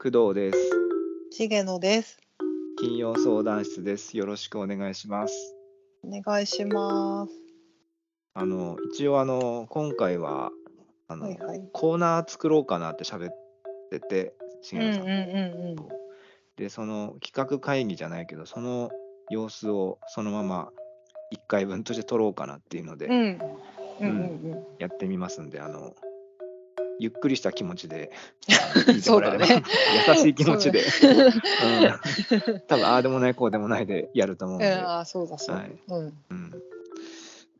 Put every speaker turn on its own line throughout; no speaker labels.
工藤です。
重野です。
金曜相談室です。よろしくお願いします。
お願いします。
あの一応あの今回はあの、
はいはい。
コーナー作ろうかなって喋ってて、し
うん
げ
うん
さんと、
うんうん。
でその企画会議じゃないけど、その様子をそのまま一回分として撮ろうかなっていうの
う
で
ん。うんうん
やってみますんで、あのゆっくりした気持ち で聞いて
そ
も
う
らえ
だ
れば、
ね
優しい気持ちで、
うん。
うん、多分ああでもないこうでもないでやると思うん
う
で。
ん、あ、そうだそうだ。
はい
うん。
うん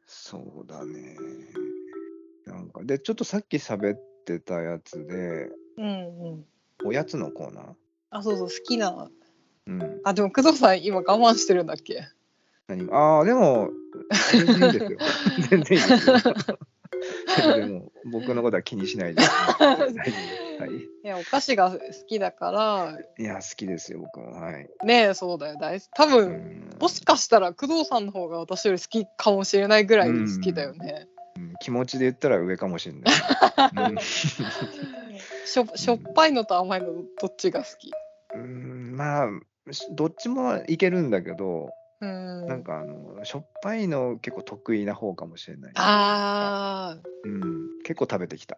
そうだね。なんか、で、ちょっとさっき喋ってたやつで、
うんうん。
おやつのコーナー。
あ、そうそう、好きな。
うん。
あ、でも、工藤さん、今我慢してるんだっけ。
何ああ、でも、全然いいですよ。全然いいですよ。でも、僕のことは気にしないで。大丈夫ですはい。
いや、お菓子が好きだから。
いや、好きですよ、僕は。はい。
ねえ、そうだよ、大好き。多
う
分。
ん
もしかしたら工藤さんの方が私より好きかもしれないぐらい好きだよね。
気持ちで言ったら上かもしれない。
しょしょっぱいのと甘いのどっちが好き
うん、うんまあ、しどっちもいけるんだけど、
うん
なんかあのしょっぱいの結構得意な方かもしれない。
あ
う
ー
ん、結構食べてきた。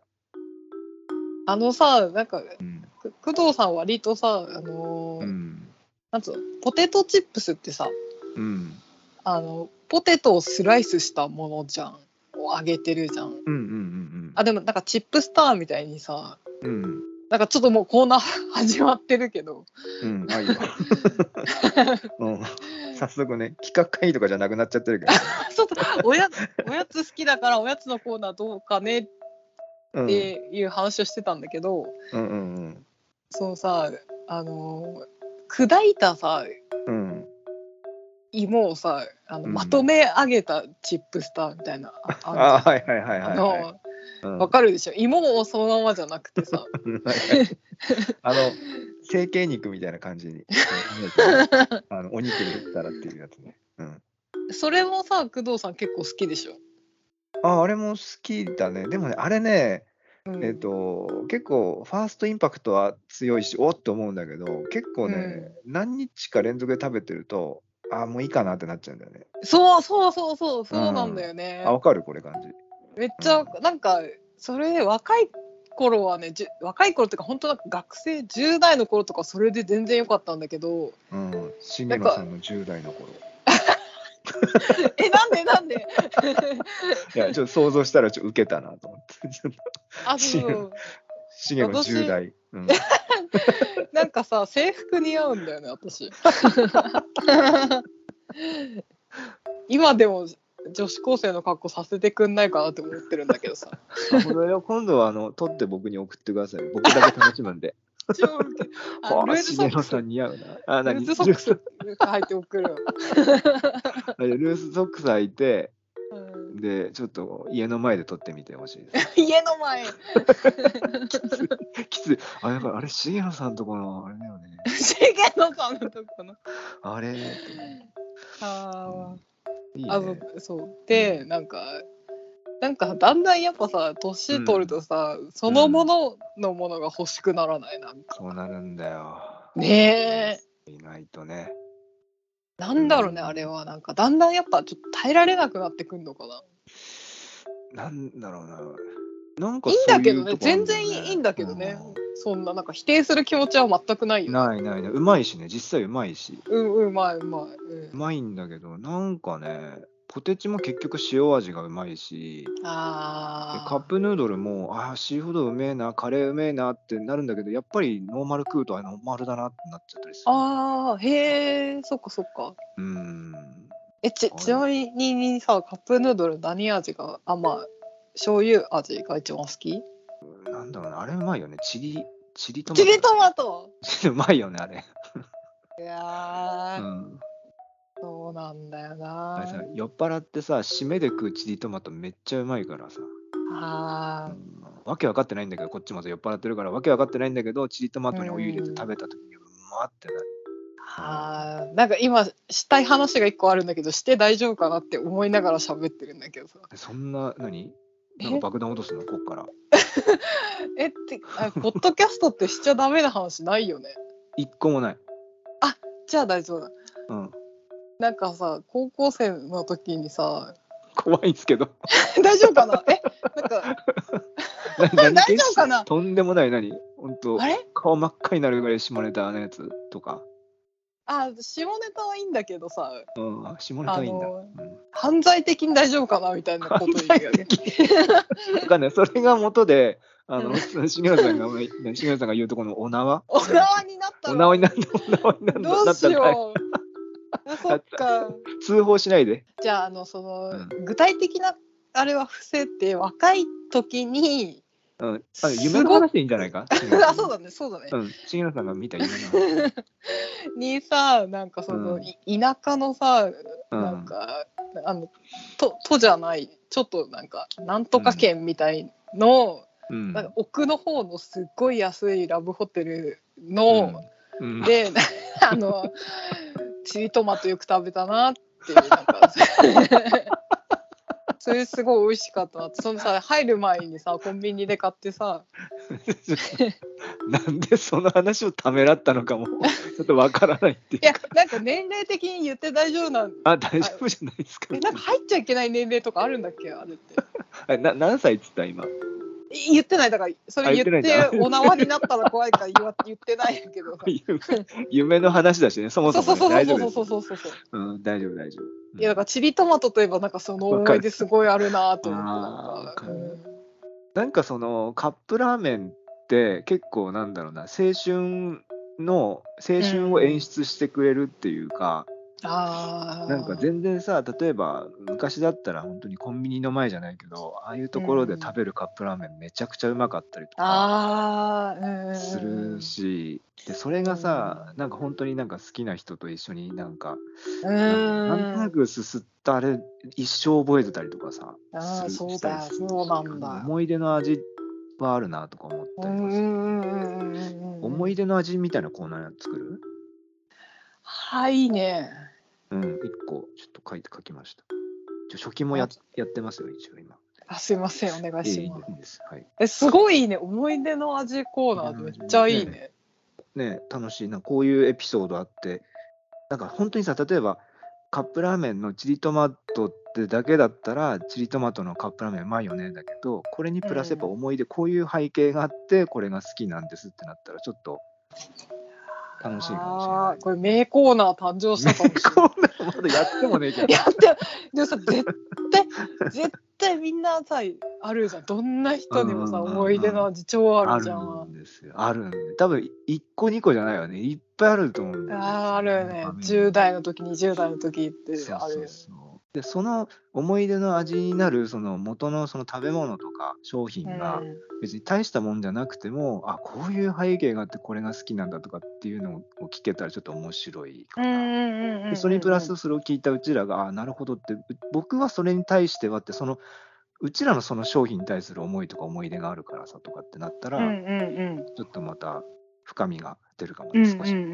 あのさなんか
うん。
く工藤さん割とさあのー
うん。
なんつうのポテトチップスってさ
うん。
あのポテトをスライスしたものじゃんを揚げてるじゃん
うん。うん。
あでもなんかチップスターみたいにさ
うん。うん。
なんかちょっともうコーナ ー始まってるけど
うん。あ、いいわ。うん。早速ね、企画会議とかじゃなくなっちゃって るけど。
ちょっとおやおやつ好きだからおやつのコーナーどうかねっ
うん。
ていう話をしてたんだけど、
うん。うん。
そのさあのー砕いたさ
うん。
芋をさあの、
うん
まとめ上げたチップスターみたいなああんじゃん
あ、はいはいはい
あ
はい
の、
はい。うん
わかるでしょ芋をそのままじゃなく てさ
あの、成形肉みたいな感じ に。あの、お肉で振ったらっていうやつね。うん。
それもさ工藤さん結構好きでしょ、
あ、あれも好きだね。でもね、あれね、
うん
えっと、結構ファーストインパクトは強いしおっと思うんだけど結構ね、何日か連続で食べてるとあーもういいかなってなっちゃうんだよね、
そうそうそうそうそうなんだよね
あ、わかるこれ感じ
めっちゃ
う
なんかそれ若い頃はねじゅ若い頃っていうか本当なんか学生10代の頃とかそれで全然良かったんだけど
うん重野さんの10代の頃
えなんでな んで
いやちょっと想像したらちょっとウケたなと思ってちょっと
あそう
重野
私
10代、 うん、
なんかさ制服似合うんだよね 私今でも女子高生の格好させてくんないかなって思ってるんだけどさ
あこれを今度はあの取って僕に送ってください僕だけ楽しむんで
超ウケ あ
あ
ルー
ー
ズソ
重
ック
野
ス
さん似合うなあ
ルー
何
ズソックス履いて送る、
ルーズソックス履いて
うん
でちょっと家の前で撮ってみてほしいです
家の前
きつい。あ、やっぱりあれ、重野さんとこの、あれだよね。
重野さんのとこの
あれ、
あ
いい
ーあそ
ね。
うそうでなんかなんかだんだんやっぱさ年取るとさ、そのもののものが欲しくならないなんか
そうなるんだよ。
ねえ
意外とね。
なんだろうね、
うん
あれはなんかだんだんやっぱちょっと耐えられなくなってくんのかな。
なんだろうな。なんか
いいんだけどね、
そういうとこある
全
んだよ
然いいんだけどね、
う
そんななんか否定する気持ちは全くない
ん
よ。
ないないない。うまいしね、実際うまいし。
うんうんうまいうまい。
う
うん、
まいんだけど、なんかね、ポテチも結局塩味がうまいし、で
ああ。
カップヌードルも、ああ、シーフードうめえな、カレーうめえなってなるんだけど、やっぱりノーマル食うと、あノーマルだなってなっちゃったりする。
ああへえそっかそっか。
うん。
えちちなみにさカップヌードル何味があまあ醤油味が一番好き？
なんだろうな、あれうまいよね。チリ、チリトマト。
チリトマト。
チ リうまいよね、あれ。
いや
う
ー、
ん。
そうなんだよ
あ
な
れ。さ酔っ払ってさ、締めで食うチリトマトめっちゃうまいからさ。
あ
うんわけわかってないんだけど、こっちもさ酔っ払ってるから、わけわかってないんだけど、チリトマトにお湯入れて食べた時に、うまってなる。
ーあーなんか今したい話が一個あるんだけどして大丈夫かなって思いながら喋ってるんだけどさ。
そんな、何なんか爆弾落とすのこっから
えってあポッドキャストってしちゃダメな話ないよね
一個もない
じゃあ大丈夫だ
うん
なんかさ高校生の時 にさ
怖いんです けど
大丈夫かなえなん
何
か大
何
丈夫かな
とんでもない何本当
あれ
顔真っ赤になるぐらい下ネタのやつとか
あ下ネタはいいんだけどさ
うんあ下ネタいいんだ、
あの犯罪的に大丈夫かなみたいなこと言うよね
うん、分かんないそれが元であ
う
の
ん
篠原さんが ね篠原さんが言うとこのお縄
お縄になった
お
ら
縄になったお縄になった
どうし
なった
ようあそっか
通報しないで
じゃああのその、
う
具体的なあれは伏せて若い時に
うん、あ夢の話でいいんじゃないか
あそうだねそうだね、
うん、杉野さんが見た夢の話。
にさなんかその、
うん
い田舎のさ
う
なんか、あのと都じゃないちょっとなんかなんとか県みたいの、
うん
なんか奥の方のすっごい安いラブホテルの、
うん、
で、 あのチリトマトよく食べたなっていうなんかそれすごい美味しかったなってそのさ入る前にさコンビニで買ってさ
なんでその話をためらったの かも、ちょっとわからないってい。
いうやなんか年齢的に言って大丈夫なん
あ、大丈夫じゃないですか
え。なんか入っちゃいけない年齢とかあるんだっけあれって。
あな何歳っつった 今。
い言ってないだからそ
あ
れ
言ってな
言
い
っ
んだ
てお縄になったら怖いから言わ言ってないけどさ
夢夢の話だしね、そも
そ
そうも
そうそ
ね、
う
大丈
そ
夫
う
です
そう。そうそうそう
うん、大丈夫、大丈
いやだ
夫。
からチリトマトといえばなんかその思い出すごいあるなと思ってなん
あー
か
わなんかそのカップラーメンって結構なんだろうな、青春の青春を演出してくれるっていうか、
あー
なんか全然さ例えば昔だったら本当にコンビニの前じゃないけどああいうところで食べるカップラーメンめちゃくちゃうまかったりとか
あーうん
するし、でそれがさなんか本当になんか好きな人と一緒になんか、
うん
なんとなくすすったあれ一生覚えてたりとかさ
あー
する
そう
した
だ
りする
そうなんだ
思い出の味はあるなとか思った
う
りとか
んう
さ
んうんうんうんうん
思い出の味みたいなコーナー作る
はいいね
うん1個ちょっと書いて書きましたちょ初期もややってますよ一応今
あすいませんお願
い
い
い
し
い
ます
いですはい
えすごいいいね思い出の味コーナーめっちゃいいね
ね、楽しいな、こういうエピソードあって、なんか本当にさ、例えばカップラーメンのチリトマトってだけだったら、チリトマトのカップラーメンうまいよねだけど、これにプラスやっぱ思い出、こういう背景があって、これが好きなんですってなったら、ちょっと楽しいかもしれ
あ
な
ー
い。
これ名コーナー誕生したかもしれない
こんなのまだやってもねえけど
いやででもさ絶対絶対みんなさあるじゃんどんな人にもさ
うんうんうんうん
思い出の味超あ
あ
るじゃん
るんですよ。あるんで。多分1個2個じゃないよね。いっぱいあると思うんだよね
あーあるよね
その場面
10代の時20代の時って
そう
あ
そう
るよね
そうでその思い出の味になるその元のその食べ物とか商
う
品
ん
が別に大したもんじゃなくても、あこういう背景があってこれが好きなんだとかっていうのを聞けたらちょっと面白いか
うんう
な。
んうんうんうん
でそれにプラスそれを聞いたうちらが、あなるほどってう僕はそれに対してはってそのうちらのその商品に対する思いとか思い出があるからさとかってなったら、
うんうんうん
ちょっとまた深みが出るかも
うんう
ね
ん
少し。
うん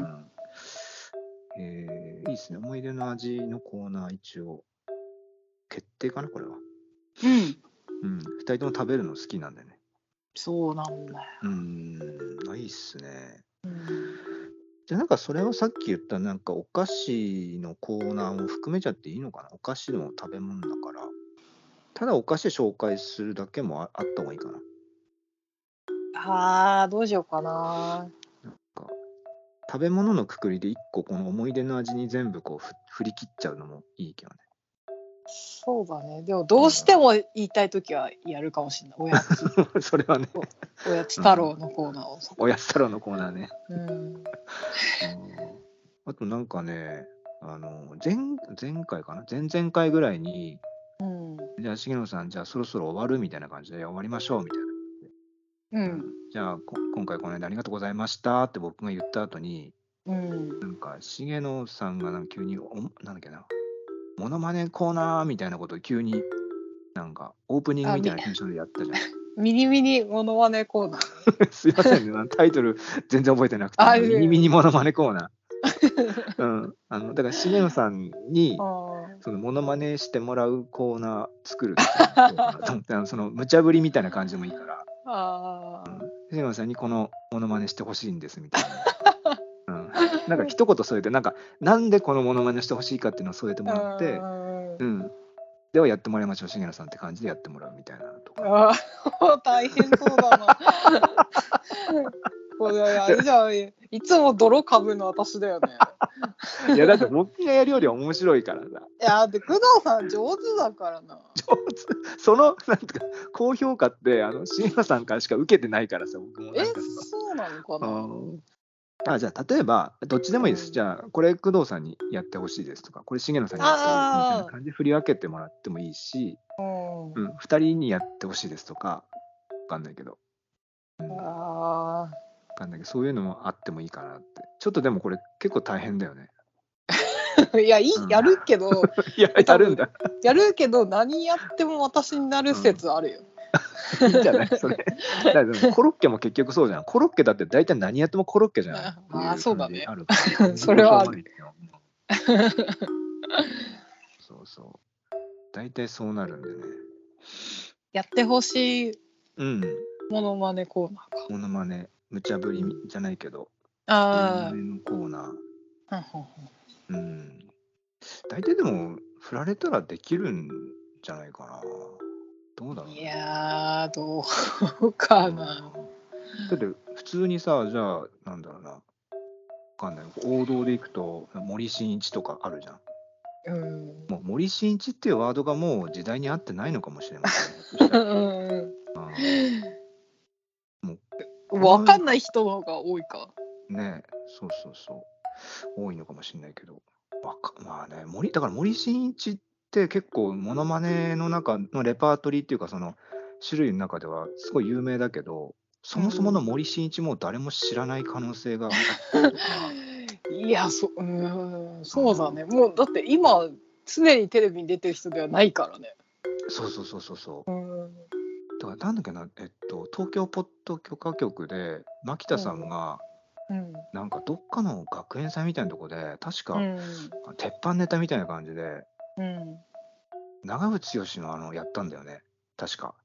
うん
えーいいですね。思い出の味のコーナー、一応。決定かな、これは。
うん
うん。二人とも食べるの好きなんでね。
そうなんだよ
うーん。あいいっすね。
うん
じゃあ、なんかそれをさっき言った、なんかお菓子のコーナーも含めちゃっていいのかな。お菓子の食べ物だから。ただお菓子紹介するだけもああった方がいいかな。
あーどうしようかな
なんか食べ物のくくりで一個この思い出の味に全部こうふ振り切っちゃうのもいいけどね。
そうだねでもどうしても言いたい時はやるかもしれないおやつ
それはね、
おやつ太郎のコーナーを
おやつ太郎のコーナーね。
うん
あとなんかね、あの前前回かな前々回ぐらいに、
うん
じゃあ、重野さん、じゃあそろそろ終わるみたいな感じで、いや終わりましょうみたいな。
うん
じゃあ、こ今回この間ありがとうございましたって僕が言った後に、
うん
なんか、重野さんがなんか急に、おなんだっけな、モノマネコーナーみたいなことを急に、なんか、オープニングみたいなテンションでやったじゃん。
ミニミニモノマネコーナー。
すいませんね、あのタイトル全然覚えてなくて、
あいえいえ
ミニミニモノマネコーナー。うん、あのだから、重野さんに、
あ
そのモノマネしてもらうコーナー作るっていうのはどうかなと思ってあのその無茶ぶりみたいな感じでもいいから
ああ、
藤山さんにこのモノマネしてほしいんですみたいな、うん、なんか一言添えてなんかなんでこのモノマネしてほしいかっていうのを添えてもらって、
うん
うん、ではやってもらいましょう重野さんって感じでやってもらうみたいなのとか
ああ、大変そうだな。 これあれじゃんいつも泥かぶの私だよね。
いやだって僕がやるよりは面白いからさ
いやで工藤さん上手だからな。
そのなんていうか高評価ってあの重野さんからしか受けてないからさ僕も
え
なんかさ
そうなのかな。
ああじゃあ例えばどっちでもいいですじゃあこれ工藤さんにやってほしいですとかこれ重野さんにやってほしいですみたいな感じで振り分けてもらってもいいし、
うん
うん、2人にやってほしいですとか分かんないけど
あ
分かんないけどそういうのもあってもいいかなってちょっとでもこれ結構大変だよ ね
あ、いやいい
うん
やるけど、
い ややるんだ
やるけど何やっても私になる説あるよ。
いいんじゃない それだからでもコロッケも結局そうじゃんコロッケだって大体何やってもコロッケじゃない
あーそうだね
ってい感じあるから
それはある
そうそう大体そうなるんでね
やってほしい
うん
モノマネコーナーか。
モノマネ無茶ぶりじゃないけどモノマ
あ
ネのコーナー
あ、うんうん
うん大体でも振られたらできるんじゃないかなどうだろ
うん
う
い
ね
やーどうかな。
だって普通にさじゃあなんだろうなわかんない王道でいくと森進一とかあるじゃん
うん。
もう森進一っていうワードがもう時代に合ってないのかもしれません
うん
もう
うんわかんない人の方が多いか。
ねえそうそうそう多いのかもしれないけどわかまあね森だから森進一って結構モノマネの中のレパートリーっていうかその種類の中ではすごい有名だけどそもそもの森進一も誰も知らない可能性があったり とか
いや、そうん、そうだね。もうだって今、常にテレビに出てる人ではないからね。
そうそうそうそうそう
うん。
だからなんだっけな、えっと、東京ポッド許可局で牧田さんが
うん。
なんかどっかの学園祭みたいなとこで確か
うん。
鉄板ネタみたいな感じで
うん。
長渕剛のあのやったんだよね確か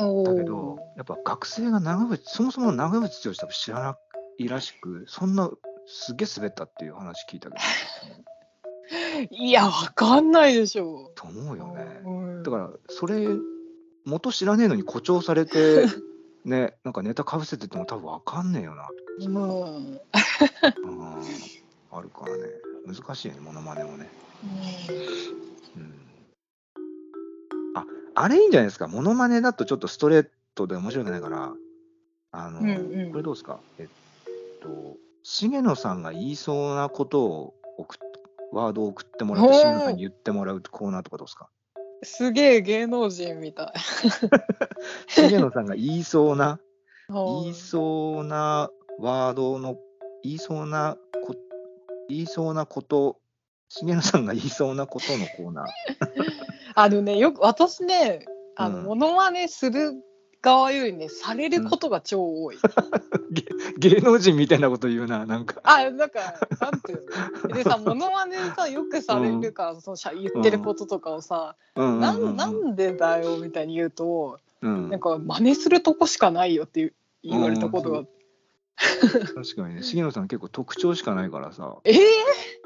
お
だ
ー
けどやっぱ学生が長渕そもそも長渕剛多分知らないらしくそんなすげえ滑ったっていう話聞いたけど
いや、わかんないでしょ
と思うよね
う。うん
だからそれ元知らねえのに誇張され てねなんかネタかぶせてても多分わかんねえよな
うん。
うんあるからね難しいよねモノマネもね、うん、ああれいいんじゃないですかモノマネだとちょっとストレートで面白くないからあの、
うんうん
これどうですかえっと重野さんが言いそうなことを送っワードを送ってもらって
ほう
重野さんに言ってもらうコーナーとかどうです か
すげえ芸能人みたい。
重野さんが言いそう な言
う
い
ん
そうなワードの言いそうなこ言いそうなこと重野さんが言いそうなことのコー ナー
あのね、よく私ね、あ
う
の、
ん
モノマネする側よりね、されることが超多い。
芸能人みたいなこと言うななんか
あ、なんか、なんていうのでさ、モノマネさ、よくされるから、そのしゃ言ってることとかをさ、
うん
な
うん
んなんでだよみたいに言うと、
うん
なんか、真似するとこしかないよっていう言われたことが、
うん確かにね重野さん結構特徴しかないからさ
ええ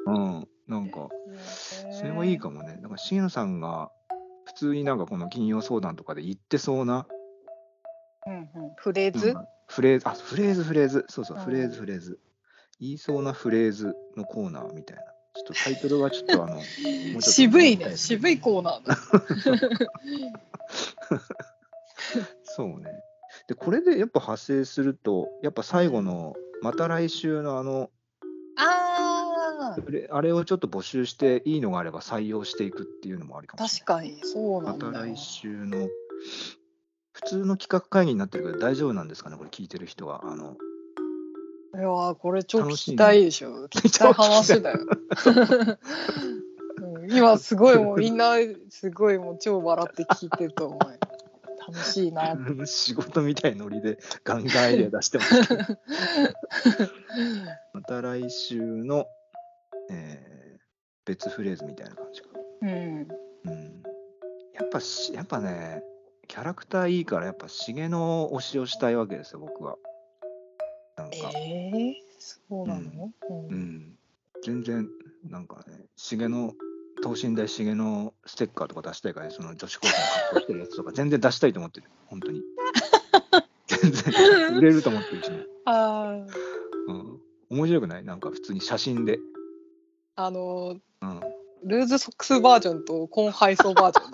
うんなんかそれはいいかもねなんか重野さんが普通になんかこの金曜相談とかで言ってそうな
うんうん、フレー
なん
ズ
かフレーズあフレーズフレーズそうそう
うん
フレーズフレーズ言いそうなフレーズのコーナーみたいなちょっとタイトルはちょっ とあのもうちょっと
渋いね渋いコーナーだ
そうねでこれでやっぱ派生するとやっぱ最後のまた来週のあの
あー
フレあれをちょっと募集していいのがあれば採用していくっていうのもありかもし
確かにそう
れな
ないんだ
また
よ
来週の普通の企画会議になってるけど大丈夫なんですかねこれ聞いてる人はあの
いやーこれ超聞きたいでしょ。聞きたい話だよ。 うん今すごいもうみんなすごいもう超笑って聞いてると思うよ。楽しいなって。
仕事みたいノリで ガンガンアイデア出してます けどまた来週の、えー別フレーズみたいな感じか
うん。
うん、やっぱしやっぱねキャラクターいいからやっぱ重野推しをしたいわけですよ僕はなん
え
か、
ー、そうなの、うん
うん、全然なんかね重野等身大重野ステッカーとか出したいから、ね、その女子高生の格好してるやつとか全然出したいと思ってる本当に全然売れると思ってるしね、
あー
うん、面白くないなんか普通に写真で、
あの
うん、
ルーズソックスバージョンとコーンハイソーバージ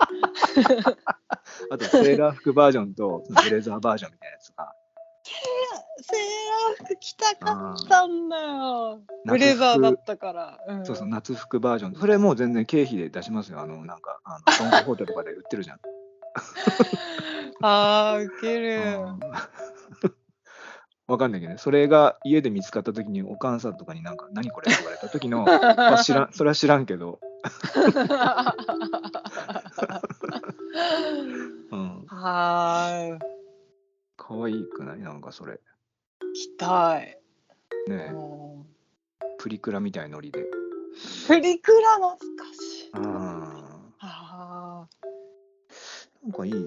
ョン。
あとセーラー服バージョンとそのブレザーバージョンみたいなやつとか
セーラー服着たかったんだよ。
夏服
ブレザーだったから。うん
そうそう、夏服バージョン。それもう全然経費で出しますよ。あの、なんか、あの、ドン・キホーテとかで売ってるじゃん。
ああ、ウケる。
うん わかんないけどね。それが家で見つかった時に、お母さんとかになんか、何これって言われた時 の、まあ知らん、それは知らんけど、うん。
はーい。
可愛くないなんかそれ。
着たい。
ねえ
も
プリクラみたいノリで。
うプリクラ懐かしい。
うん。な
あ
んかいいで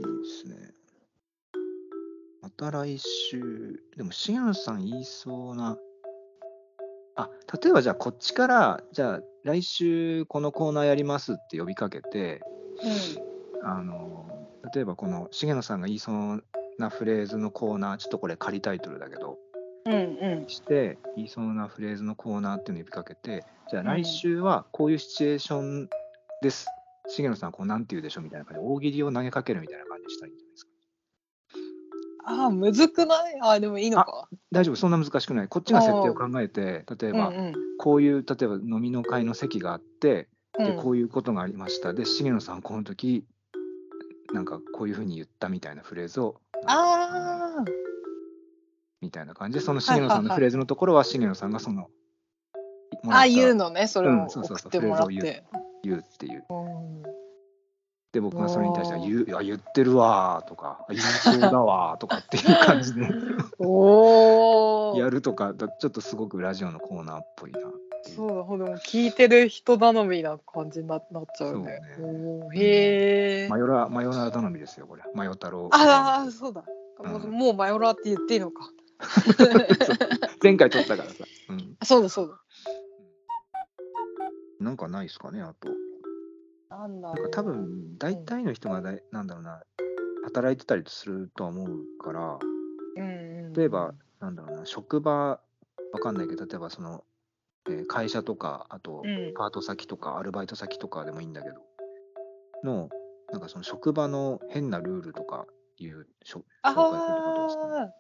すね。また来週、でも、しげんさん言いそうな。あ、例えばじゃあ、こっちから、じゃあ、来週このコーナーやりますって呼びかけて、
ー
あの例えばこの重野さんが言いそうなフレーズのコーナーちょっとこれ仮タイトルだけど
うん。うんうん。
して言いそうなフレーズのコーナーっていうのを呼びかけてじゃあ来週はこういうシチュエーションです、重野さんこうなんて言うでしょうみたいな感じで大喜利を投げかけるみたいな感じにしたらいいんじゃないですか
ああ、むずくないああ、でもいいのか。
大丈夫そんな難しくないこっちが設定を考えて例え
うんう
ば、
ん。
こういう例えば飲みの会の席があって
う
でこ
ん
ういうことがありましたで重野さんはこの時なんかこういうふうに言ったみたいなフレーズを
ああ、
みたいな感じで、その
はい
重
はい
野さんのフレーズのところは重野さんがその、
ああいう
う
のね、それを
うんそうそうそ
送
う
ってもらっ
フレーズ
て。
言うっていう。
うん
で、僕がそれに対しては、
おー
言う、あ、言ってるわーとか、あ言いそうだわーとかっていう感じで
おお。
やるとか、だちょっとすごくラジオのコーナーっぽいな。
そうだ、ほんでも聞いてる人頼みな感じにななっちゃうね。
そう
おーへえ。
マヨラ、マヨラ頼みですよ、これ。マヨ太郎。
ああ、そうだ。も
う
うんもうマヨラーって言っていいのか。
前回撮ったからさ。うん。
あそうだそう
なんかないですかね、あと。
だ。なんだ
なん
ろ
か
う。
多分、大体の人がだい、なんだろうな、働いてたりするとは思うから、
うんうん、
例えば、なんだろうな、職場、わかんないけど、例えばその、えー会社とか、あと
う、ん。
パート先とか、アルバイト先とかでもいいんだけど、の、なんかその職場の変なルールとかいう、しょ
あ
紹介するってことですかね。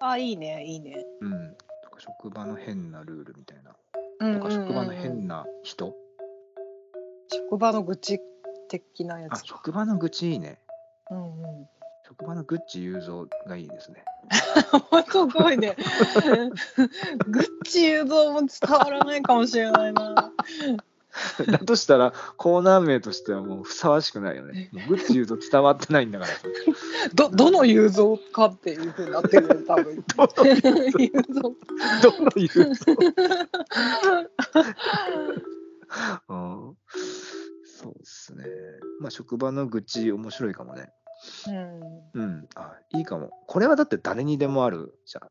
あ。あいいねいいね。
うん。とか、職場の変なルールみたいな。
うんう
と
んうんう
か、
ん
職場の変な人。
職場の愚痴的なや
あ、
つか。
職場の愚痴いいね。
うんうん。
職場のグッチ雄三がいいですね。
本当すごいね。 グッチ誘導も伝わらないかもしれないな。
だとしたら、コーナー名としてはもうふさわしくないよね。もうグッチ雄三伝わってないんだからさ。
どどの誘導かっていうふうになってるよ多分。誘導。
どの雄三うんそうですね。まあ、職場の愚痴、面白いかもね。
うん。
うん。あ、いいかも。これはだって誰にでもあるじゃん。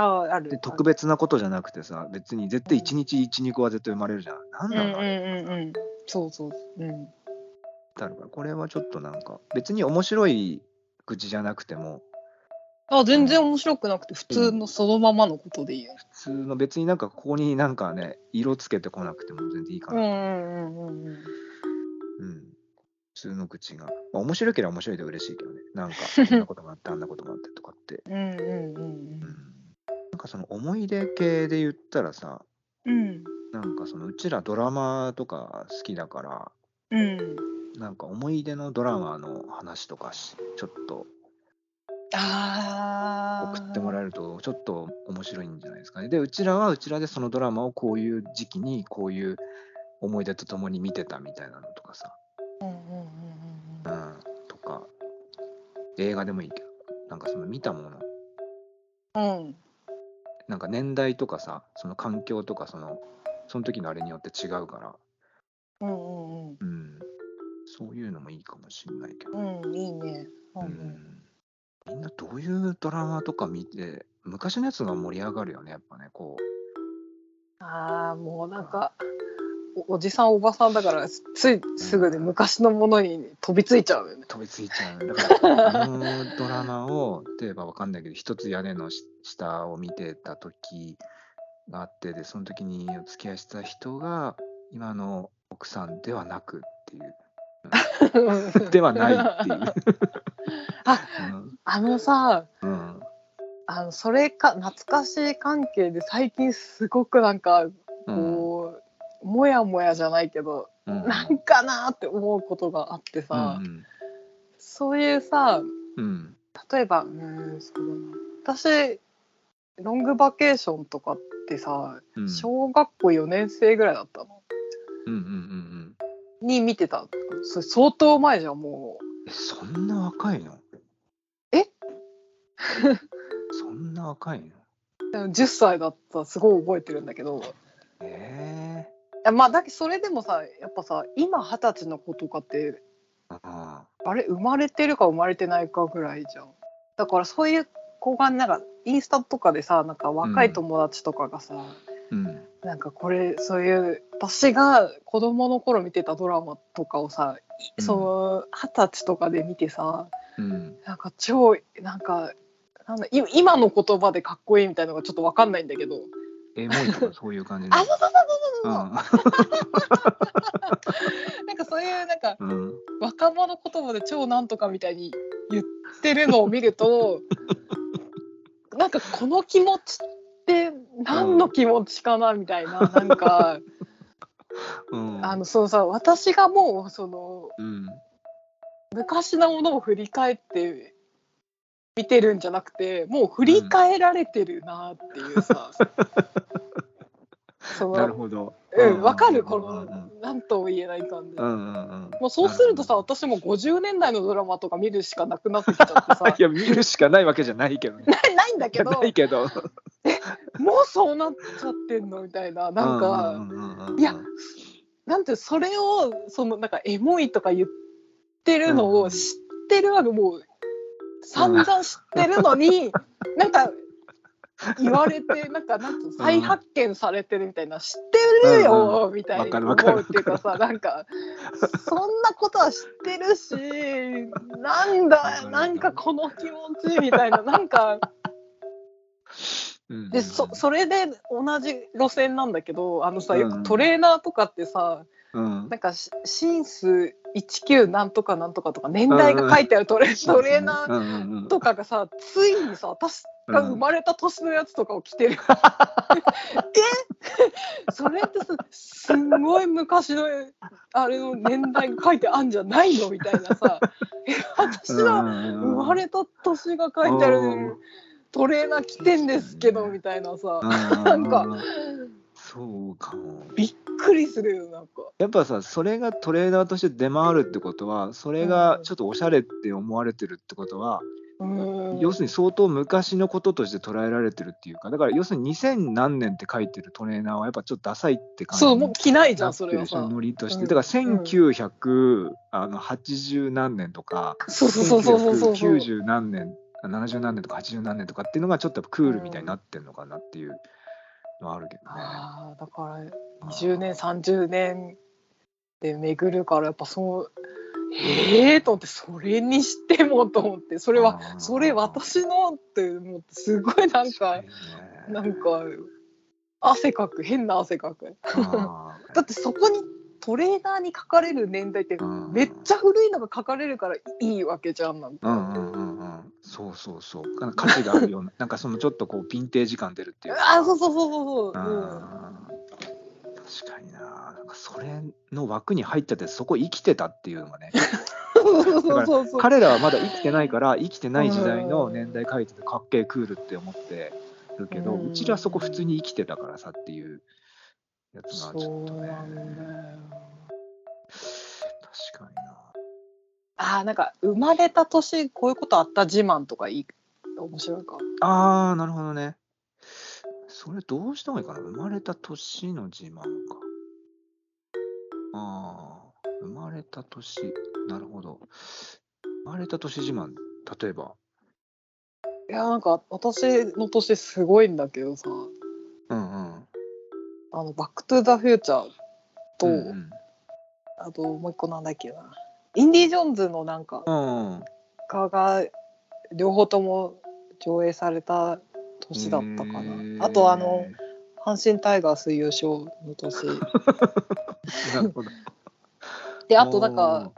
ああある。
で、特別なことじゃなくてさ、別に絶対一日一、二個は絶対生まれるじゃん。なん
うん
だ
う
ろ
ん
うな、
うんうん。そうそう。うん。
だろうなこれはちょっとなんか、別に面白い愚痴じゃなくても、
あ全然面白くなくて普通のそのままのことでいいよ。
普通の別になんかここになんかね、色つけてこなくても全然いいか
うんう
な。
んうんうん。
うん。普通の愚痴が。まあ、面白ければ面白いで嬉しいけどね。なんか、こんなことがあって、あんなことがあってとかって。
うんうんうん
なんかその思い出系で言ったらさ
うん。
なんかそのうちらドラマとか好きだから
うん。うん。
なんか思い出のドラマの話とかしちょっと
ああ。
送ってもらえるとちょっと面白いんじゃないですかね。でうちらはうちらでそのドラマをこういう時期にこういう思い出とともに見てたみたいなのとかさ、
うんうんうんうん
う
うん。
ん、とか映画でもいいけどなんかその見たもの
うん。
なんか年代とかさその環境とかそのその時のあれによって違うから
うんうんうん。
うん、そういうのもいいかもしれないけど、
うん、いいね。う、
うんん、みんなどういうドラマとか見て昔のやつが盛り上がるよねやっぱねこう
ああ、もうなんか、おおじさん、おばさんだから、ついすぐで昔のものに飛びついちゃうよね。
飛びついちゃうだからあのドラマを例えばわかんないけど一つ屋根のし下を見てた時があってでその時にお付き合いしてた人が今の奥さんではなくっていうではないっていう。
あ
うん
あのさ、
うん
あのそれか懐かしい関係で最近すごくなんか
うん
こう、もやもやじゃないけど、
うん
なんかなーって思うことがあってさ、
うん
そういうさ
うん
例えばうーんそうだな私ロングバケーションとかってさ、
うん
小学校4年生ぐらいだったの
うんうんうん
に見てたそれ相当前じゃんもう
えそんな若いの
え
そんな若いの
10歳だったすごい覚えてるんだけどい
ええ
やまあだけどそれでもさやっぱさ今二十歳の子とかって
あ
あれ生まれてるか生まれてないかぐらいじゃんだからそういう子がなんかインスタとかでさなんか若い友達とかがさ、
うん
なんかこれそういう私が子供の頃見てたドラマとかをさ、い
うん
その二十歳とかで見てさ
うん
なんか超なんかなんだい今の言葉でかっこいいみたいのがちょっとわかんないんだけど
エモいと かそういう感じ
あ
な
そう
の
そうそうそうそう、なんかそういうなんか
うんうん
若者言葉で超なんとかみたいに言ってるのを見 るとなんかこの気持ちって何の気持ちかなみ たいな、なんか
うん
あのそのさ私がもうその
うん
昔のものを振り返って見てるんじゃなくてもう振り返られてるなっていう さ、そ
なる
の
ほど
うんわかるこ
う
の
ん
何とも言えない感じ。
うんうん
もうそうするとさ
なる
私も50年代のドラマとか見るしかなくなってきちゃって さ
いや見るしかないわけじゃないけどね
ないないんだけど
ないけど
もうそうなっちゃってんのみたいななんか、
うううんうんうん
いやなんてそれをそのなんかエモいとか言ってるの
う
を
ん
知ってるわけもう散々知ってるのに、なんか言われてなんかなんと再発見されてるみたいな、知ってるよ、みたい
わ
に
かる
思
わかる
うっていうかさなんかそんなことは知ってるしなん
わか
だ
る
なんかこの気持ちみたいななんか。
うんうんうん
でそそれで同じ路線なんだけどあのさよ
う
く
ん
トレーナーとかってさ、
うん
なんかしシンス19なんとかなんとかとか年代が書いてあるトレ,、トレーナー
うんうんうん
とかがさついにさ私が生まれた年のやつとかを着てる。え それってさすんごい昔のあれの年代が書いてあんじゃないのみたいなさえ私の生まれた年が書いてあ
うん
るトレーナー着てんですけど
うん
みたいなさ
な
なんか
そうかも
びっくりするよなんか
やっぱさそれがトレーナーとして出回るってことはそれがちょっとおしゃれって思われてるってことは、
うーん
要するに相当昔のこととして捉えられてるっていうかだから要するに2000何年って書いてるトレーナーはやっぱちょっとダサいって感じ
そうもう
に
着ないじ
な
ゃ
んって
そ
る
れ
で
は
しょ
さ
ノリとして、
うん
だから1980何年とか、
そうそうそうそうそうそうそう
1990何年70何年とか80何年とかっていうのがちょっとやっぱクールみたいになってんのかなっていうのはあるけどね。
あーだから20年30年で巡るからやっぱそうええと思ってそれにしてもと思ってそ
そ
れはそれ私のってもうすごいなんかなんか汗かく変な汗かくだってそこにトレーナーに書かれる年代って
うん
めっちゃ古いのが書かれるからいいわけじゃんなん
う
か、
んうんうんうんそうそうそうなんか価値があるようななんかそのちょっとこうヴィンテージ感出るっていうか
あそうそうそうそう
う
そう、うん
ん確かにななんかそれの枠に入っちゃってそこ生きてたっていうのがね
そうそうそうそう
彼らはまだ生きてないから生きてない時代の年代書いててかっけえクールって思ってるけど
うん
うちらそこ普通に生きてたからさっていうやつがちょっと
そう
ね
なんだよ
確かにな
あーなんか生まれた年こういうことあった自慢とかいい面白いか
ああ、なるほどね。それどうした方がいいかな生まれた年の自慢か。ああ、生まれた年、なるほど。生まれた年自慢、例えば。
いやなんか私の年すごいんだけどさ
うんうん。
あの「バック・トゥ・ザ・フューチャーと」
うんうん
あともう一個なんだっけな「インディ・ジョーンズ」のなんか
うんうん。
画が両方とも上映された年だっ
へ
たか
ー
なあとあの阪神タイガース優勝の 年
なるほど。
であとなんか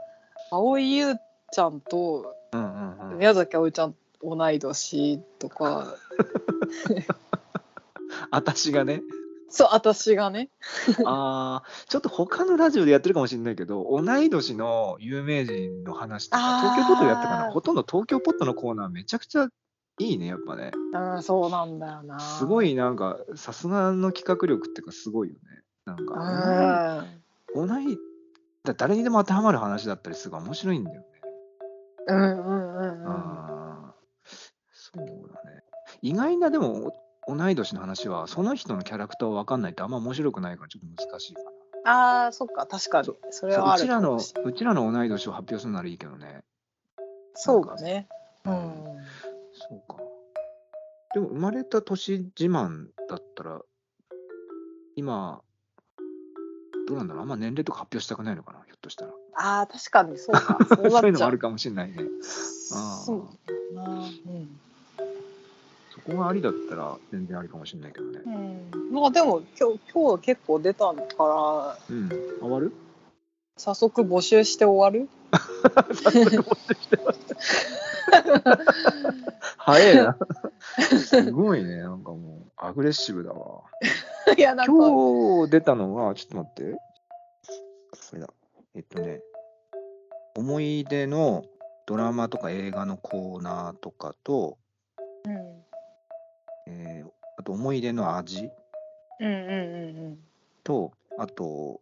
蒼井優ちゃんと
おー、うんうんうん、
宮崎あおいちゃん同い年とか
私がね、
そう私がね
ああ、ちょっと他のラジオでやってるかもしれないけど、同い年の有名人の話とか、
あー
東京ポットでやったかな、ほとんど東京ポットのコーナー、めちゃくちゃいいね、やっぱね。
うんそうなんだよな
すごいなんか、さすがの企画力っていうか、すごいよね。なん
う
か、
ん
同い、だ誰にでも当てはまる話だったりするから面白いんだよね。
うんうんうんうん
あーそうだね。意外な、でも、お同い年の話は、その人のキャラクターを分かんないってあんま面白くないから、ちょっと難しいかな。
あーそっか確かに
そう
それ
そう
はあ
う
る
ちら
か
の
もしれないう
ちらの同い年を発表するならいいけどね。
そうだねう
なんんそうか。でも生まれた年自慢だったら、今、どうなんだろうあんま年齢とか発表したくないのかなひょっとしたら。
ああ確か にそうか そうな
そういう
っ
の
ち
も
ゃ
あ
う
るかもしれないね。あー
そうだなうん
そこがありだったら全然ありかもしれないけどね。
うんまあでも今日今日は結構出たか
う
ら
ん。終わる
早速募集して終わる
早い な。すごいね。なんかもう、アグレッシブだわ。
いやなんか
今日出たのは、ちょっと待って。これだ。えっとね、思い出のドラマとか映画のコーナーとかと、
うん
えーあと思い出の味
うんうんうん
と、あと、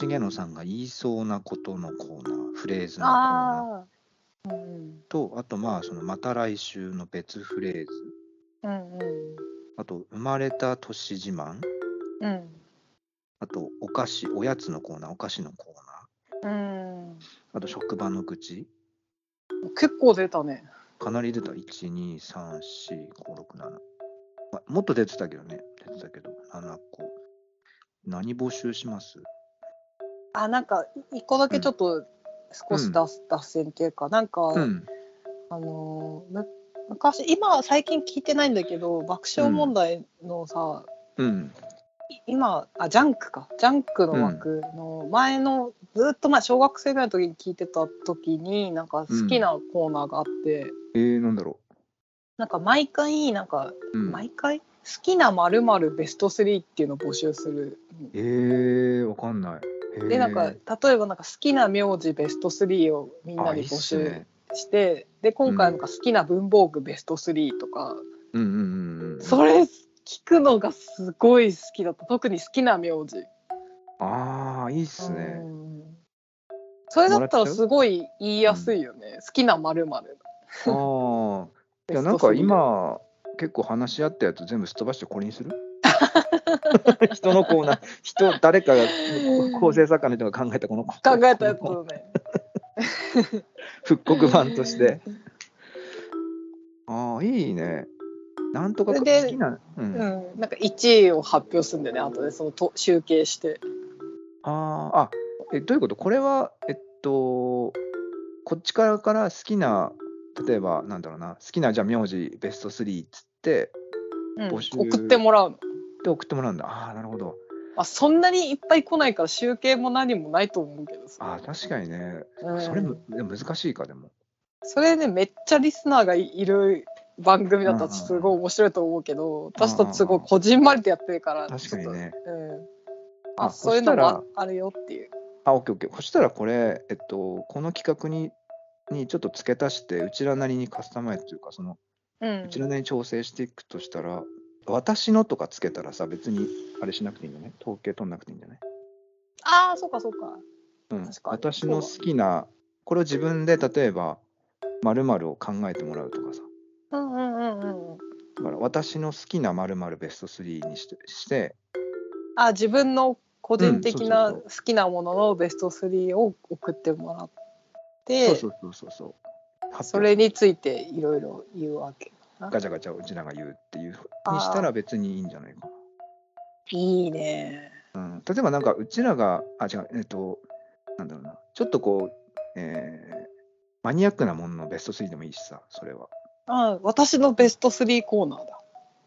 重野さんが言いそうなことのコーナー、フレーズ
うん
のコーナー
ああうん
と、あと、まあ、その、また来週の別フレーズ、
うんうん
あと、生まれた年自慢、
うん
あと、お菓子、おやつのコーナー、お菓子のコーナ
うんうん
ー、あと、職場の愚痴、
結構出たね
かなり出た。1、2、3、4、5、6、7。まもっと出てたけどね。出てたけど、7個。何募集します
あなんかい一個だけちょっと少し脱,、脱線っていうかなんか、
うん。
あのーむ昔今最近聞いてないんだけど爆笑問題のさ、
うん。
い今あジャンクかジャンクの枠の前の、ずっと前小学生ぐらいの時に聞いてた時になんか好きなコーナーがあって、
えー、なんだろ
なんか毎回なんか、
う。うん、
毎回好きなまるまるベスト3っていうのを募集する。
えー、わかんない。えー
でなんか例えばなんか好きな名字ベスト3をみんな
あい
に
いっ
募
す
集
ね。
して、で今回はなんか好きな文房具ベスト3とか、
うんうんうんうん。
それ聞くのがすごい好きだった特に好きな名字
ああ、いいっす
う
ね。
んそれだ
もらっ
ったら
ちゃう
すごい言いやすいよね、好きなまるまる
ああ。いや、なんか今、結構話し合ったやつ全部すっ飛ばしてこれにする 人のコーナー、人、誰かが、構成作家の人が考えたこの考
考えたやつだね
復刻版として。ああ、いいね。なんとか
そ
好
れで
きな。う、
うん
あ
んなんか1位を発表するんだよね後でそのと集計して
あー、あ、え、どういうことこれは、えっと、こっちからから好きな、例えば、なんだろうな、好きな、じゃあ、名字ベスト3っつって、
うん
募集
送ってもらうの、
で、送ってもらうんだ。ああ、なるほど。
まあ、そんなにいっぱい来ないから集計も何もないと思うけどさ、
ああ、確かにね。
うん
それむ、でも難しいか、でも。
それねめっちゃリスナーがいいる番組だったらすごい面白いと思うけど、私たちすごいこじんまりとやってるから
確かにね。
ちょっとうん、
あ
あそういうの
そしたら
もあるよっていう
あ、オッケーオッケー。そしたら、これ、えっと、この企画に、にちょっと付け足して、うちらなりにカスタマイズというか、その、
うん
うちらなりに調整していくとしたら、私のとかつけたらさ、別にあれしなくていいんじゃない統計取んなくていいんじゃない、
ああそうかそうか
うん、
確かに
私の好きな、これを自分で例えば、まるを考えてもらうとかさ、
うんうんうんうん
だから私の好きなまるベスト3にしてして、
あ自分の個人的
う
なん
そう
好
そう
きなもののベスト3を送ってもらって、
そうそうそうそうそう発表
それについていろいろ言うわけ
ガチャガチャうちらが言うっていうにしたら別にいいんじゃないか
いいね
な、うん、例えばなんかうちらがあ違うえっとなんだろうなちょっとこう、えーマニアックなもののベスト3でもいいしさそれは
あ私のベスト3コーナーだ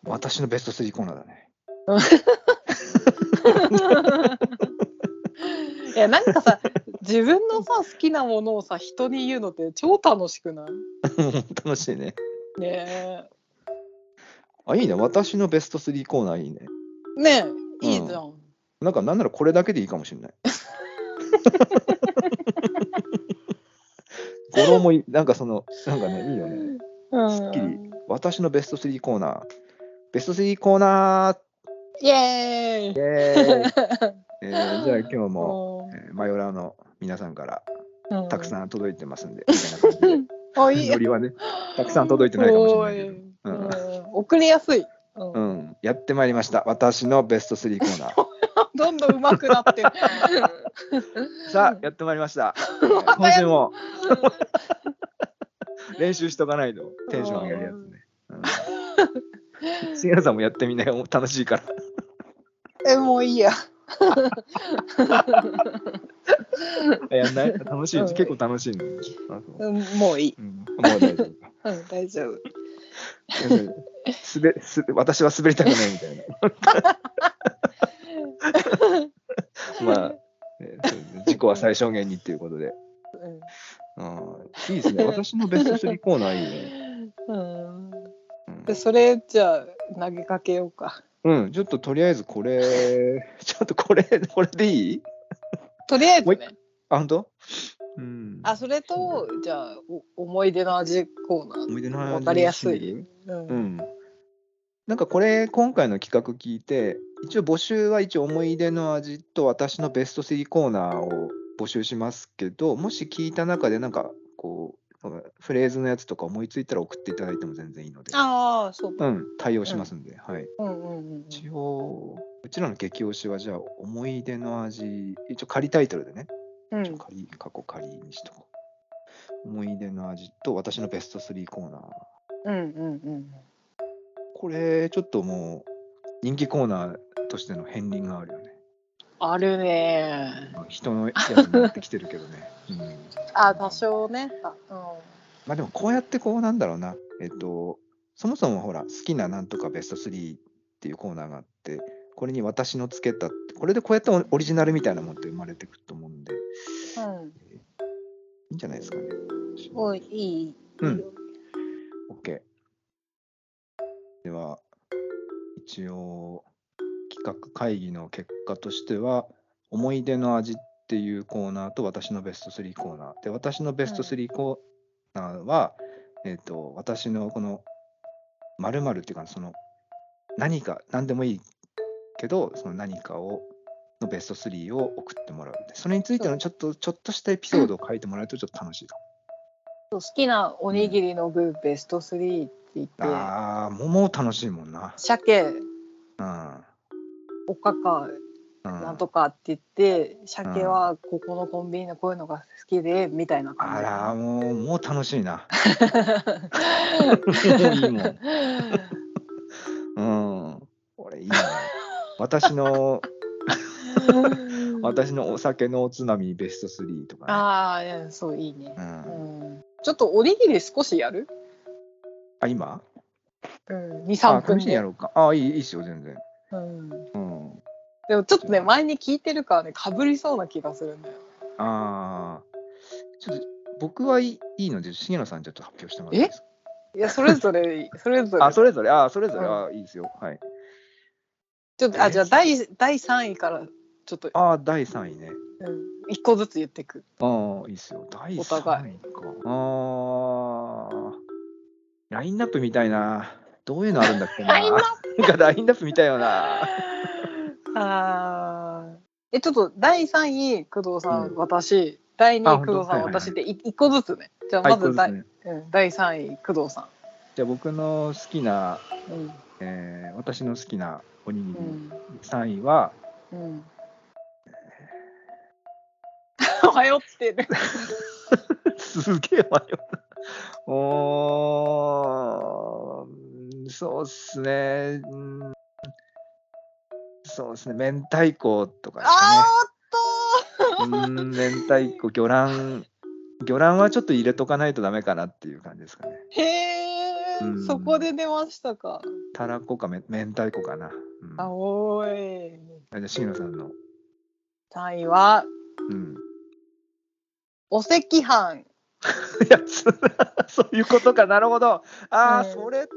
私のベスト3コーナーだね
いやなんかさ自分のさ好きなものをさ人に言うのって超楽しくない
楽しいね
ね
あいいね私のベスト3コーナーいいね
えねえいいじゃん、
なんかなんならこれだけでいいかもし れない語呂もいいなんかそのなんかねいいよね
うん
すっきり私のベスト3コーナーベスト3コーナー
イエ
イ
ーイ
エ ーイえーじゃあ今日も、
も
えーマヨラーの皆さんから
うん
たくさん届いてますんで、みたいな感じで
あいい
ノリはねたくさん届いてないかもしれないけど、う
お
ん
ーいうん送りやすい、うん
うん、やってまいりました私のベスト3コーナー
どんどん上手くな ってる
さあやってまいりま した、えー今週も練習しとかないとテンション上げるやつね。うん 杉原さんもやってみなよ楽しいから。
えもういいや
やんない楽しい、
うん
結構楽しいの。あそう
うんもういい、
うん、もう大丈夫か。
うん、大丈夫
すべす私は滑りたくないみ たいな。まあ、えーそうですね事故は最小限にっていうことで。うん、いいですね。私のベスト3コーナーいいね。
うん、
うん
でそれじゃあ投げかけようか
うん、ちょっととりあえずこれ、 ちょっとこれ、これでいい
とりあえず
もう一
ね
あ、本当うん。
あそれとじゃあお思い出の味コーナー
思い出の話
わかりやすい、
う
うん
ん、なんかこれ今回の企画聞いて一応募集は一応思い出の味と私のベスト3コーナーを募集しますけどもし聞いた中でなんかこううんフレーズのやつとか思いついたら送っていただいても全然いいので、
ああそうだ、
うん、対応しますんで、はい、
うんうんうんうん、
一応うちらの激推しはじゃあ思い出の味一応仮タイトルでね
う
ちょ
ん、
仮過去仮にしとこう思い出の味と私のベスト3コーナー
うんうん
これちょっともう人気コーナーとしての片鱗があるよね。
あるね
人のやつになってきてるけどね。うん、
あ多少ねあ
まあでもこうやってこうなんだろうな。えっとそもそもほら好きななんとかベスト3っていうコーナーがあってこれに私のつけたってこれでこうやってオオリジナルみたいなもんって生まれてくると思うんでい
うん、うん、
いんじゃないですかね。
おいいい
うん。OK。では、一応、企画会議の結果としては、思い出の味っていうコーナーと私のベスト3コーナー。で、私のベスト3コーナーは、えっ、と、私のこの、〇〇っていうか、その、何か、何でもいいけど、その何かを、のベスト3を送ってもらう。でそれについてのちょっと、ちょっとしたエピソードを書いてもらうとちょっと楽しいかも。
そう好きなおにぎりの具ベスト3って言って、
ああ、もうもう楽しいもんな。
鮭
うん。
おかか
な
なんとかって言って、鮭はここのコンビニのこういうのが好きでみたいな
あら
感
もうもう楽しい な。
じ。
もういいもん。うん。これいいな。私の私のお酒のおつまみベスト3とか、
ああいやそういいね
ね。う。。
うんん、ちょっとおにぎり少しやる？
あ今？
うん、二
あ
三分
楽しい
で
やろうか。あいいいいっすよ全然。
う
うん。
ん。でもちょっとね前に聞いてるからねかぶりそうな気がするんだよ。
ああ。ちょっと僕はいいいいので重野さんちょっと発表してもらっていいですか。
いやそれぞ れそれぞれ。
あそれぞれあそれぞれ、
う
あいいですよ。はい。
ちょっとあじゃあ第第三位からちょっと
ああ第三位ね。
うん一個ずつ言ってく。
ああ、いいっすよ。第3位
お
か。
互い
ああ。ラインナップみたいな。どういうのあるんだっけな。
ラインナッ
なんかラインナップみたいよな。
あーえちょっと第3位工藤さん、
うん
私第2
あ
位工藤さん、
本当
私でい一個ずつねじゃあ
はい
ま
そうで
ず第,、
すね
うん、第3位工藤さ
じゃあ僕の好きな、
んうん
えー私の好きなおにぎり、
うん
3位は、
うん迷ってる。
すげえ迷う。おー、そうっすね。うんそうですね、明太子とか
あ
で
ーおっ
すね。うん、明太子、魚卵。魚卵はちょっと入れとかないとダメかなっていう感じですかね。
とー。へえ、
うん
そこで出ましたか。
たらこかめ明太子かな。うん、
あ
あ
おーい。
じゃあ、しげのさんの。
3位は
うん。
お赤飯。
いや、そそういうことか、なるほど。ああ、
うん
それ、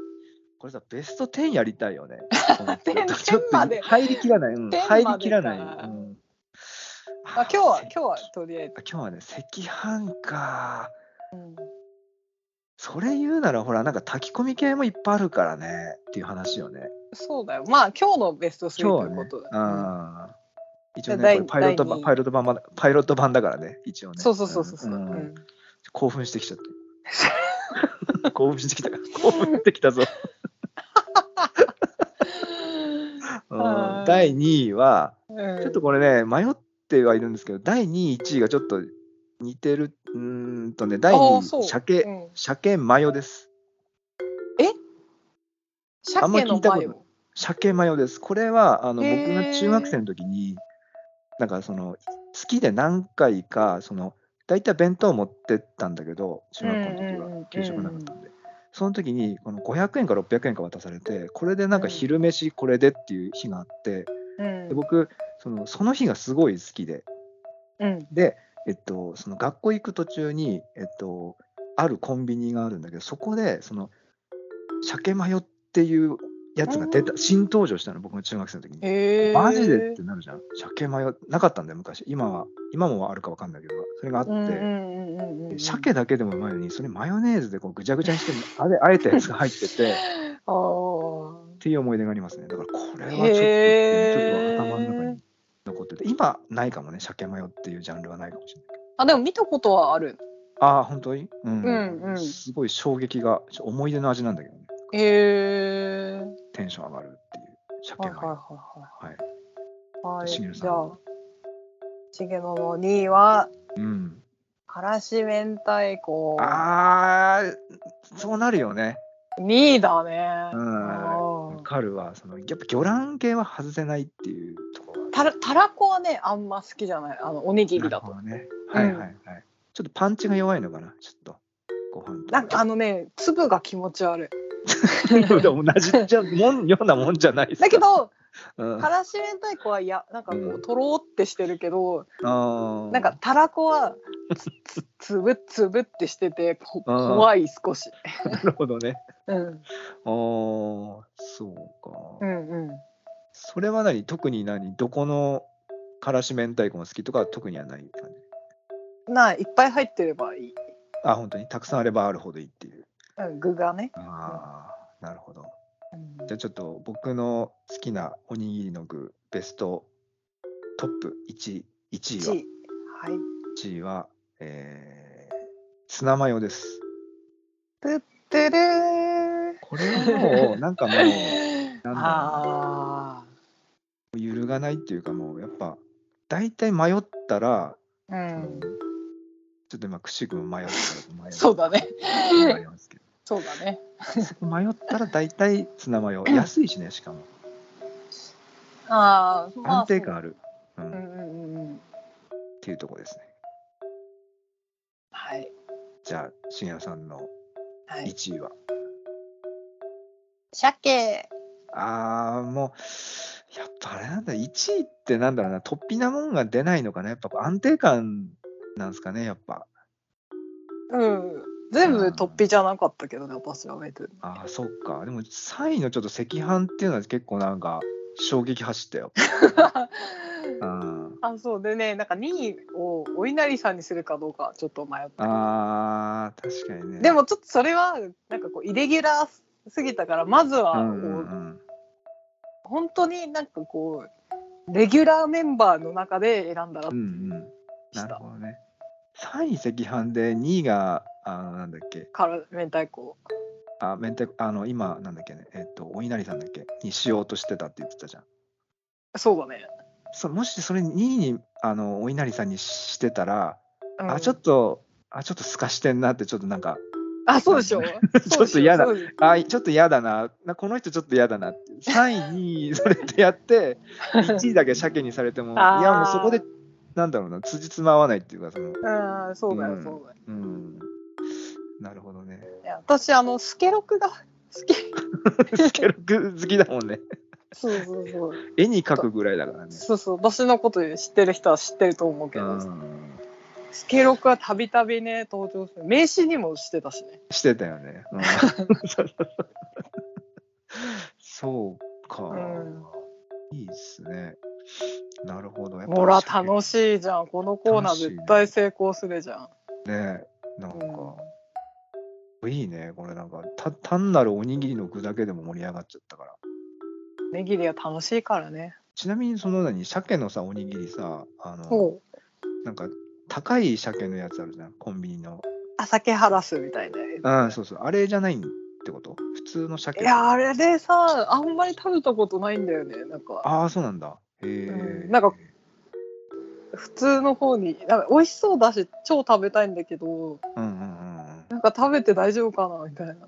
これさ、ベスト10やりたいよね。
10
ちょっと
10まで
入りきらない。うん
10
入りきらない。う
までか
ん、
あ今日は
せ
今日はとりあえず。
今日はね、赤飯か。
うん
それ言うなら、ほら、なんか炊き込み系もいっぱいあるからねっていう話よね。
そうだよ。まあ今日のベスト3
今
と
日は
いう
ね
ことだ。。
あー一応
じゃあ
ね、これパイロット
第
版
第二位
パイロット版まだパイロット版だからね、一応ね。
そうそうそうそうそう。
ん
う
うん
ん
興奮してきちゃった。 興奮してきた。興奮してきたぞ。うん
はい
第2位は、
うん
ちょっとこれね、迷ってはいるんですけど、第2位、1位がちょっと似てる、うーんとね、第
あーそ
2
う
位、鮭、
うん
鮭マヨです。あんま
鮭
聞
の
いたこと
マ
ない
ヨ。
鮭マヨです。これは、あの、
へ
僕
ー
が中学生の時に、なんかその、好きで何回か、その、大体弁当を持ってったんだけど、中学校の時
うんうんうん
は、給食なかったんで。その時に、この500円か600円か渡されて、これでなんか
うん
昼飯これでっていう日があって、
うん
で僕その、その日がすごい好きで、
うん
で、えっと、その学校行く途中に、えっと、あるコンビニがあるんだけど、そこで、その、鮭マヨっていうやつが出た、新登場したの、僕の中学生の時に。
へえ。
マジでってなるじゃん。鮭マヨ、なかったんだよ、昔。今は、今もあるかわかんないけど、それがあっ
うんう
て、
んうんうんうん。
鮭だけでもうまいのに、それマヨネーズでこうぐちゃぐちゃにして、あれ、あえたやつが入って て、
あー
っていう思い出がありますね。だから、これはちょっと、ちょ
へー
っと頭の中に残ってて、今、ないかもね、鮭マヨっていうジャンルはないかもしれない。
あでも見たことはある。
ああ、本当に、うん、
うんうん
すごい衝撃が、ちょ思い出の味なんだけどね。
へえ。
テンション上がるっていう。
はい
鮭
はい
が。
はいはい。はい
しげる
じ
さん
ゃ
は
あ、しげのの2位は、
うん。
からし明太子。
ああ、そうなるよね。
2位だね。
うん。
う
わ
ん
かるわ。そのやっぱ魚卵系は外せないっていうところが
たらたらこはね、あんま好きじゃない。あの、おにぎり
な
だ
るほ
と。
どね。
う
は
ん
いはいはい。ちょっとパンチが弱いのかな、ちょっと。ご飯と。
なんかあのね、粒が気持ち悪い。
でも同じじゃもんようなもんじゃないですか
だけ、ど、
うん、
か
あ
らし明太子はいや、なんかこ
う
うんとろーってしてるけど、
ー
なんかたらこはつつつぶつぶってしてて、こ
うん
怖い少し。
なるほどね。
うん
ああ、そうか。
うんうん。
それは何特に何どこのからし明太子が好きとかは特にはない感じ
ないいっぱい入ってればいい、
あ本当にたくさんあればあるほどいいっていう
うん、具がね、
ああなるほど
うん
じゃあちょっと僕の好きなおにぎりの具ベストトップ1位1位は
1位はい
1位は、えー、ツナマヨです
てるー
これはもうなん かもうなんだろ
あ
う揺るがないっていうかもうやっぱ大体迷ったら、
あ
う
う
ん
ん
ちょっと今くしくも迷ったから迷った
そうだね
迷いますけど
そうだね
迷ったら大体ツナマヨ安いしねしかも
ああまあ
安定感ある、うん
そう
っ
うんうんうんうん
ていうとこですね
はい
じゃあ信也さんの
はい
1位は、
鮭
ああもうやっぱあれなんだ1位ってなんだろうな突飛なもんが出ないのかなやっぱ安定感なんですかねやっぱ
うん全部突飛じゃなかったけどね私は別に
ああそっかでも3位のちょっと赤飯っていうのは結構なんか衝撃走った よ、うん、
あそうでねなんか2位をお稲荷さんにするかどうかちょっと迷った
あー確かにね
でもちょっとそれはなんかこうイレギュラーすぎたからまずは
う
こう、
んうんうん
本当になんかこうレギュラーメンバーの中で選んだら
うんうん
し
なる
た
ほどね。3位赤飯で2位があのなんだっけ
から明太子
あ明太子あの今なんだっけねえっとお稲荷さんだっけにしようとしてたって言ってたじゃん。
そうだね
そもしそれ2位にあのお稲荷さんにしてたら
うん
あちょっとあちょっと透かしてんなってちょっとなんか
あそうでし ょ
ちょっと嫌だ
そうでしょ
あちょっと嫌だななこの人ちょっと嫌だなって3位2位それってやって1位だけ鮭にされてもい
あー
やもうそこでなんだろうな辻褄合わないっていうかその
うんそうだよそうだよ、
うんなるほどね
いや私あのスケロクが好き
スケロク好きだもんね
そうそうそう
絵に描くぐらいだからね
そうそう私のこと知ってる人は知ってると思うけ
う
ど、
ん
スケロクはたびたびね登場する名刺にもしてたしね
してたよね、 うんそうか、
うん
いいっすねなるほどやっぱ
ほら楽しいじゃんこのコーナー絶対成功するじゃん、
ねなんか、
うん
いいねこれなんかた単なるおにぎりの具だけでも盛り上がっちゃったから
おにぎりは楽しいからね
ちなみにその何鮭のさおにぎりさあの
ほう
なんか高い鮭のやつあるじゃんコンビニの
朝毛ハラスみたいなやつ
ああそうそうあれじゃないってこと普通の鮭
いやあれでさあんまり食べたことないんだよねなんか
ああそうなんだへえ、
うんなんか普通の方になんか美味しそうだし超食べたいんだけど
うんうんうん うん
なんか食べて大丈夫かなみたいな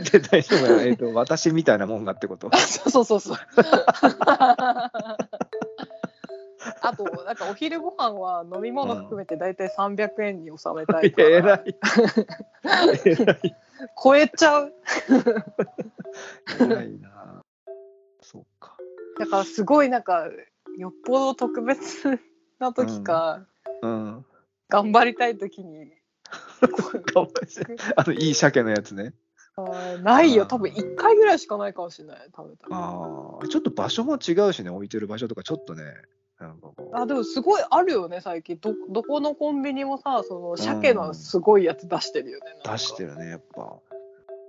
出て大丈夫なえっと私みたいなもんがって こと
あそうそうそうそうあとなんかお昼ご飯は飲み物含めて大体300円に収めたい から、
えら いえらい
超えちゃう
えらいなそうか
だからすごいなんかよっぽど特別な時か、
うん
頑張りたい時に
かわいそうあのいい鮭のやつね
あーないよ多分1回ぐらいしかないかもしれない食べたら
ああちょっと場所も違うしね置いてる場所とかちょっとねなんかこ
あでもすごいあるよね最近どどこのコンビニもさその鮭のすごいやつ出してるよね、
う出して
る
るねやっぱ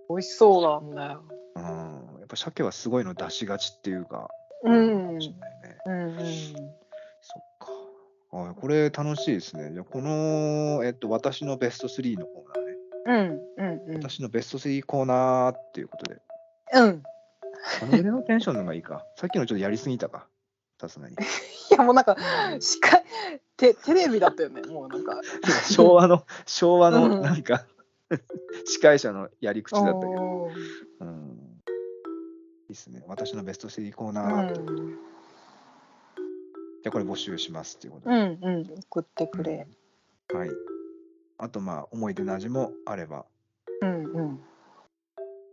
美味しそうなんだよ
うんやっぱ鮭はすごいの出しがちっていうか
うんうん
しれないね
うん
そっかあこれ楽しいですねじゃあこのえっと私のベスト3のコーナーね
うんうん
私のベスト3コーナーっていうことで
うんうん
このぐらいのテンションの方がいいか。 さっきのちょっとやりすぎたか。さすがに。
いやもうなんかしかテテレビだったよねもうなんか
昭和の、昭和
う
の
ん
なんか、 司会者のやり口だったけど。
おー
うん。いいっすね。私のベスト3コー
う
ナー。じ
ん
ゃあこれ募集しますっていうこと
う
で。
んうん送ってくれ
はい。あとまあ、思い出の味もあれば、
うんうん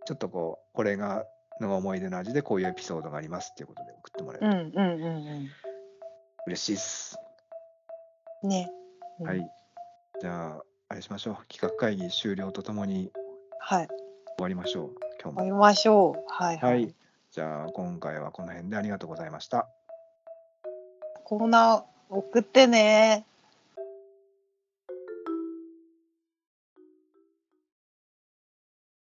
ちょっとこう、これが、の思い出の味でこういうエピソードがありますっていうことで送ってもらえ
う
る
ん
と
うんうん
嬉しいっす。
うん。ね。うん
は。い。じゃあ、あれしましょう。企画会議終了とともに
はい。
終わりましょう。今日も
終わり。ましょう。はい、は。
はいい。じゃあ、今回はこの辺でありがとうございました。
コーナー送ってね